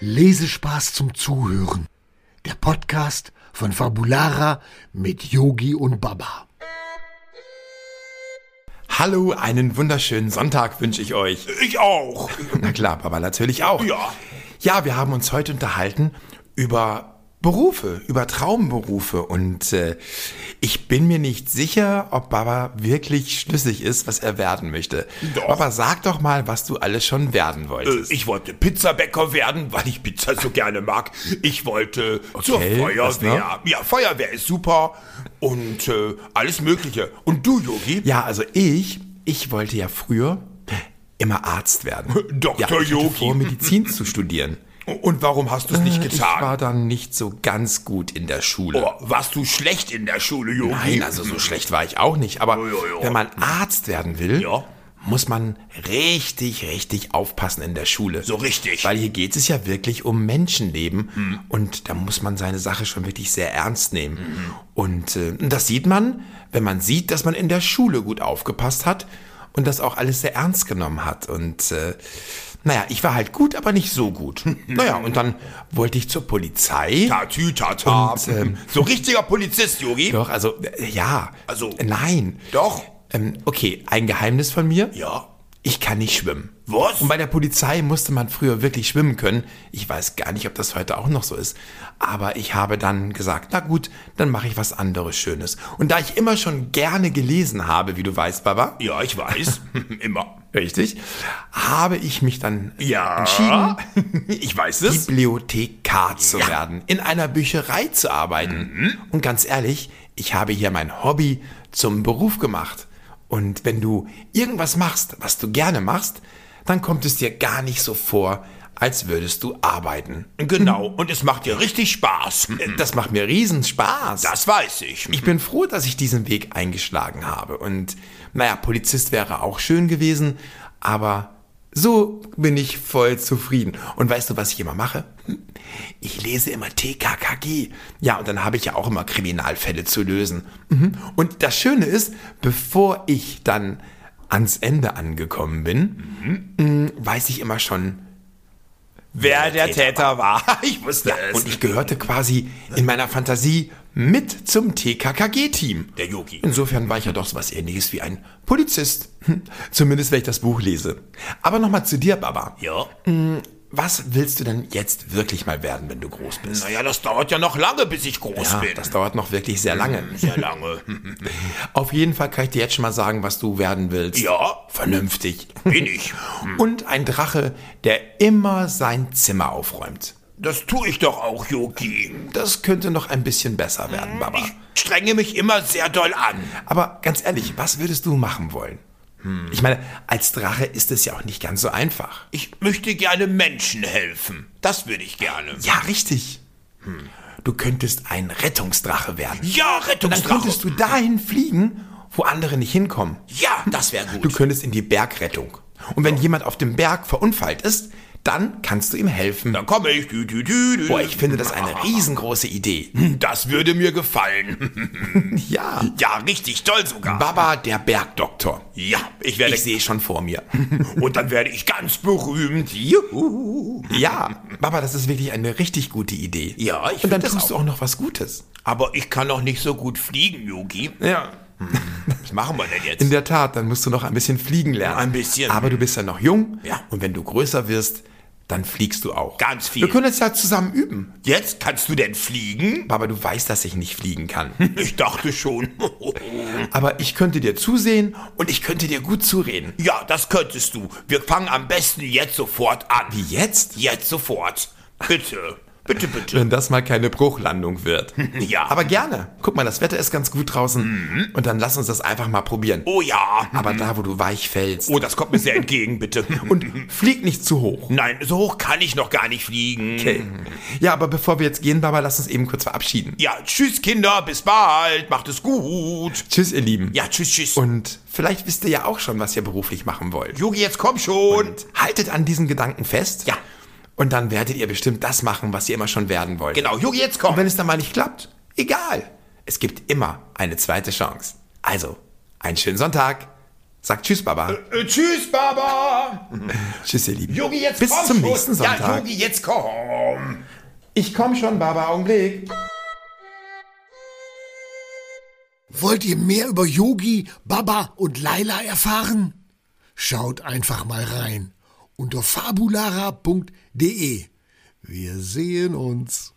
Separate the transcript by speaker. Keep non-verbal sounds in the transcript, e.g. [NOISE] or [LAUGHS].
Speaker 1: Lesespaß zum Zuhören. Der Podcast von Fabulara mit Yogi und Baba.
Speaker 2: Hallo, einen wunderschönen Sonntag wünsche ich euch.
Speaker 3: Ich auch.
Speaker 2: Na klar, Baba natürlich auch.
Speaker 3: Ja.
Speaker 2: Ja, wir haben uns heute unterhalten über Berufe, über Traumberufe und äh, ich bin mir nicht sicher, ob Baba wirklich schlüssig ist, was er werden möchte.
Speaker 3: Doch.
Speaker 2: Baba, sag doch mal, was du alles schon werden
Speaker 3: Äh,
Speaker 2: wolltest.
Speaker 3: Ich wollte Pizzabäcker werden, weil ich Pizza so gerne mag. Ich wollte zur
Speaker 2: was
Speaker 3: Feuerwehr.
Speaker 2: noch?
Speaker 3: Ja, Feuerwehr ist super. Und äh, alles Mögliche. Und du, Yogi?
Speaker 2: Ja, also ich, ich wollte ja früher immer Arzt
Speaker 3: [LAUGHS]
Speaker 2: werden.
Speaker 3: Dr.
Speaker 2: Ja, ich hatte
Speaker 3: Yogi.
Speaker 2: vor, Medizin zu studieren.
Speaker 3: Und warum hast du es nicht
Speaker 2: Äh, Ich
Speaker 3: getan?
Speaker 2: war dann nicht so ganz gut in der Schule.
Speaker 3: Oh, warst du schlecht in der Schule, Yogi?
Speaker 2: Nein, also so schlecht war ich auch nicht. Aber
Speaker 3: Ja, ja, ja.
Speaker 2: wenn man Arzt werden will,
Speaker 3: Ja.
Speaker 2: muss man richtig, richtig aufpassen in der Schule.
Speaker 3: So richtig. Hm.
Speaker 2: Weil hier geht es ja wirklich um Menschenleben. Und da muss man seine Sache schon wirklich sehr ernst nehmen. Und äh, das sieht man, wenn man sieht, dass man in der Schule gut aufgepasst hat und das auch alles sehr ernst genommen hat. Und äh, naja, ich war halt gut, aber nicht so
Speaker 3: [LAUGHS]
Speaker 2: gut. naja, und dann wollte ich zur Polizei.
Speaker 3: Tatü, tata.
Speaker 2: Und, ähm,
Speaker 3: so richtiger Polizist, Yogi?
Speaker 2: Doch, also, äh, ja.
Speaker 3: Also-
Speaker 2: Nein.
Speaker 3: Doch.
Speaker 2: Ähm, okay, ein Geheimnis von mir.
Speaker 3: Ja.
Speaker 2: Ich kann nicht schwimmen.
Speaker 3: Was?
Speaker 2: Und bei der Polizei musste man früher wirklich schwimmen können. Ich weiß gar nicht, ob das heute auch noch so ist. Aber ich habe dann gesagt, na gut, dann mache ich was anderes Schönes. Und da ich immer schon gerne gelesen habe, wie du weißt, Baba,
Speaker 3: Ja, ich weiß. [LAUGHS] Immer.
Speaker 2: richtig, habe ich mich dann
Speaker 3: Ja.
Speaker 2: entschieden, [LAUGHS]
Speaker 3: Ich weiß es.
Speaker 2: Bibliothekar zu
Speaker 3: Ja. Mhm.
Speaker 2: werden, in einer Bücherei zu arbeiten. Und ganz ehrlich, ich habe hier mein Hobby zum Beruf gemacht. Und wenn du irgendwas machst, was du gerne machst, dann kommt es dir gar nicht so vor, als würdest du arbeiten.
Speaker 3: Genau. Und es macht dir richtig Spaß.
Speaker 2: Das macht mir riesen Spaß.
Speaker 3: Mhm. Das weiß ich.
Speaker 2: Ich bin froh, dass ich diesen Weg eingeschlagen habe. Und naja, Polizist wäre auch schön gewesen, aber so bin ich voll zufrieden. Und weißt du, was ich immer mache? Hm? Ich lese immer TKKG. Ja, und dann habe ich ja auch immer Kriminalfälle zu lösen. Mhm. Und das Schöne ist, bevor ich dann ans Ende angekommen bin, mh, weiß ich immer schon,
Speaker 3: Wer der Täter war. [LAUGHS] Ich wusste es.
Speaker 2: und ich gehörte quasi in meiner Fantasie mit zum TKKG-Team.
Speaker 3: Der Yogi.
Speaker 2: Insofern war ich ja doch so was ähnliches wie ein Polizist. Hm, Zumindest, wenn ich das Buch lese. Aber nochmal zu dir, Baba.
Speaker 3: Ja.
Speaker 2: Was willst du denn jetzt wirklich mal werden, wenn du groß bist?
Speaker 3: Naja, das dauert ja noch lange, bis ich groß
Speaker 2: Ja,
Speaker 3: bin. Mhm.
Speaker 2: das dauert noch wirklich sehr lange.
Speaker 3: Sehr lange. [LAUGHS]
Speaker 2: Auf jeden Fall kann ich dir jetzt schon mal sagen, was du werden willst.
Speaker 3: Ja, Mhm.
Speaker 2: Vernünftig.
Speaker 3: bin ich.
Speaker 2: Und ein Drache, der immer sein Zimmer aufräumt.
Speaker 3: Das tue ich doch auch, Yogi.
Speaker 2: Das könnte noch ein bisschen besser werden, Baba.
Speaker 3: Mhm. Ich strenge mich immer sehr doll an.
Speaker 2: Aber ganz ehrlich, was würdest du machen wollen?
Speaker 3: Hm.
Speaker 2: Ich meine, als Drache ist es ja auch nicht ganz so einfach.
Speaker 3: Ich möchte gerne Menschen helfen. Das würde ich gerne.
Speaker 2: Ja, richtig. Du könntest ein Rettungsdrache werden.
Speaker 3: Hm. Ja,
Speaker 2: Und dann
Speaker 3: Rettungsdrache.
Speaker 2: könntest du dahin fliegen, wo andere nicht hinkommen.
Speaker 3: ja, das wäre gut.
Speaker 2: Du könntest in die Bergrettung. Und wenn jemand auf dem Berg verunfallt ist, dann kannst du ihm helfen.
Speaker 3: dann komme ich. Dü, dü, dü, dü.
Speaker 2: Boah, ich finde das eine riesengroße Idee.
Speaker 3: Das würde mir gefallen.
Speaker 2: Ja.
Speaker 3: Ja, richtig toll sogar.
Speaker 2: Baba, der Bergdoktor.
Speaker 3: ja, ich werde.
Speaker 2: Ich sehe schon vor mir.
Speaker 3: [LAUGHS] und dann werde ich ganz berühmt. Juhu.
Speaker 2: Ja, Baba, das ist wirklich eine richtig gute Idee.
Speaker 3: Ja, ich
Speaker 2: Und dann
Speaker 3: find das
Speaker 2: tust du auch noch was Gutes.
Speaker 3: Aber ich kann noch nicht so gut fliegen, Yogi.
Speaker 2: Ja.
Speaker 3: Was machen wir denn jetzt?
Speaker 2: In der Tat, dann musst du noch ein bisschen fliegen lernen.
Speaker 3: Ein bisschen.
Speaker 2: Aber du bist ja noch jung.
Speaker 3: Ja.
Speaker 2: Und wenn du größer wirst, dann fliegst du auch.
Speaker 3: Ganz viel.
Speaker 2: Wir können jetzt ja zusammen üben.
Speaker 3: Jetzt kannst du denn fliegen?
Speaker 2: Aber du weißt, dass ich nicht fliegen kann.
Speaker 3: [LAUGHS] Ich dachte schon.
Speaker 2: Aber ich könnte dir zusehen und ich könnte dir gut zureden.
Speaker 3: Ja, das könntest du. Wir fangen am besten jetzt sofort an.
Speaker 2: Wie jetzt?
Speaker 3: Jetzt sofort. Bitte. Bitte, bitte.
Speaker 2: Wenn das mal keine Bruchlandung wird.
Speaker 3: [LAUGHS] Ja. Mhm.
Speaker 2: Aber gerne. Guck mal, das Wetter ist ganz gut draußen. Und dann lass uns das einfach mal probieren.
Speaker 3: Oh ja.
Speaker 2: Aber da, wo du weich fällst.
Speaker 3: Oh, das kommt mir sehr entgegen, bitte.
Speaker 2: Und flieg nicht zu hoch.
Speaker 3: Nein, so hoch kann ich noch gar nicht fliegen.
Speaker 2: Okay. Ja, aber bevor wir jetzt gehen, Baba, lass uns eben kurz verabschieden.
Speaker 3: Ja, tschüss, Kinder. Bis bald. Macht es gut.
Speaker 2: Tschüss, ihr Lieben.
Speaker 3: Ja, tschüss, tschüss.
Speaker 2: Und vielleicht wisst ihr ja auch schon, was ihr beruflich machen wollt.
Speaker 3: Yogi, jetzt komm schon.
Speaker 2: Und haltet an diesen Gedanken fest.
Speaker 3: Ja.
Speaker 2: Und dann werdet ihr bestimmt das machen, was ihr immer schon werden wollt.
Speaker 3: Genau, Yogi, jetzt
Speaker 2: Und
Speaker 3: komm.
Speaker 2: wenn es dann mal nicht klappt, egal. Es gibt immer eine zweite Chance. Also, einen schönen Sonntag. Sagt Tschüss, Baba.
Speaker 3: Äh, tschüss, Baba.
Speaker 2: Tschüss. Tschüss, ihr Lieben.
Speaker 3: Yogi, jetzt
Speaker 2: Bis
Speaker 3: komm
Speaker 2: zum
Speaker 3: schon.
Speaker 2: nächsten Sonntag.
Speaker 3: Ja, Yogi, jetzt komm.
Speaker 2: Ich komme schon, Baba, Augenblick.
Speaker 1: Wollt ihr mehr über Yogi, Baba und Laila erfahren? Schaut einfach mal rein unter fabulara.de. Wir sehen uns.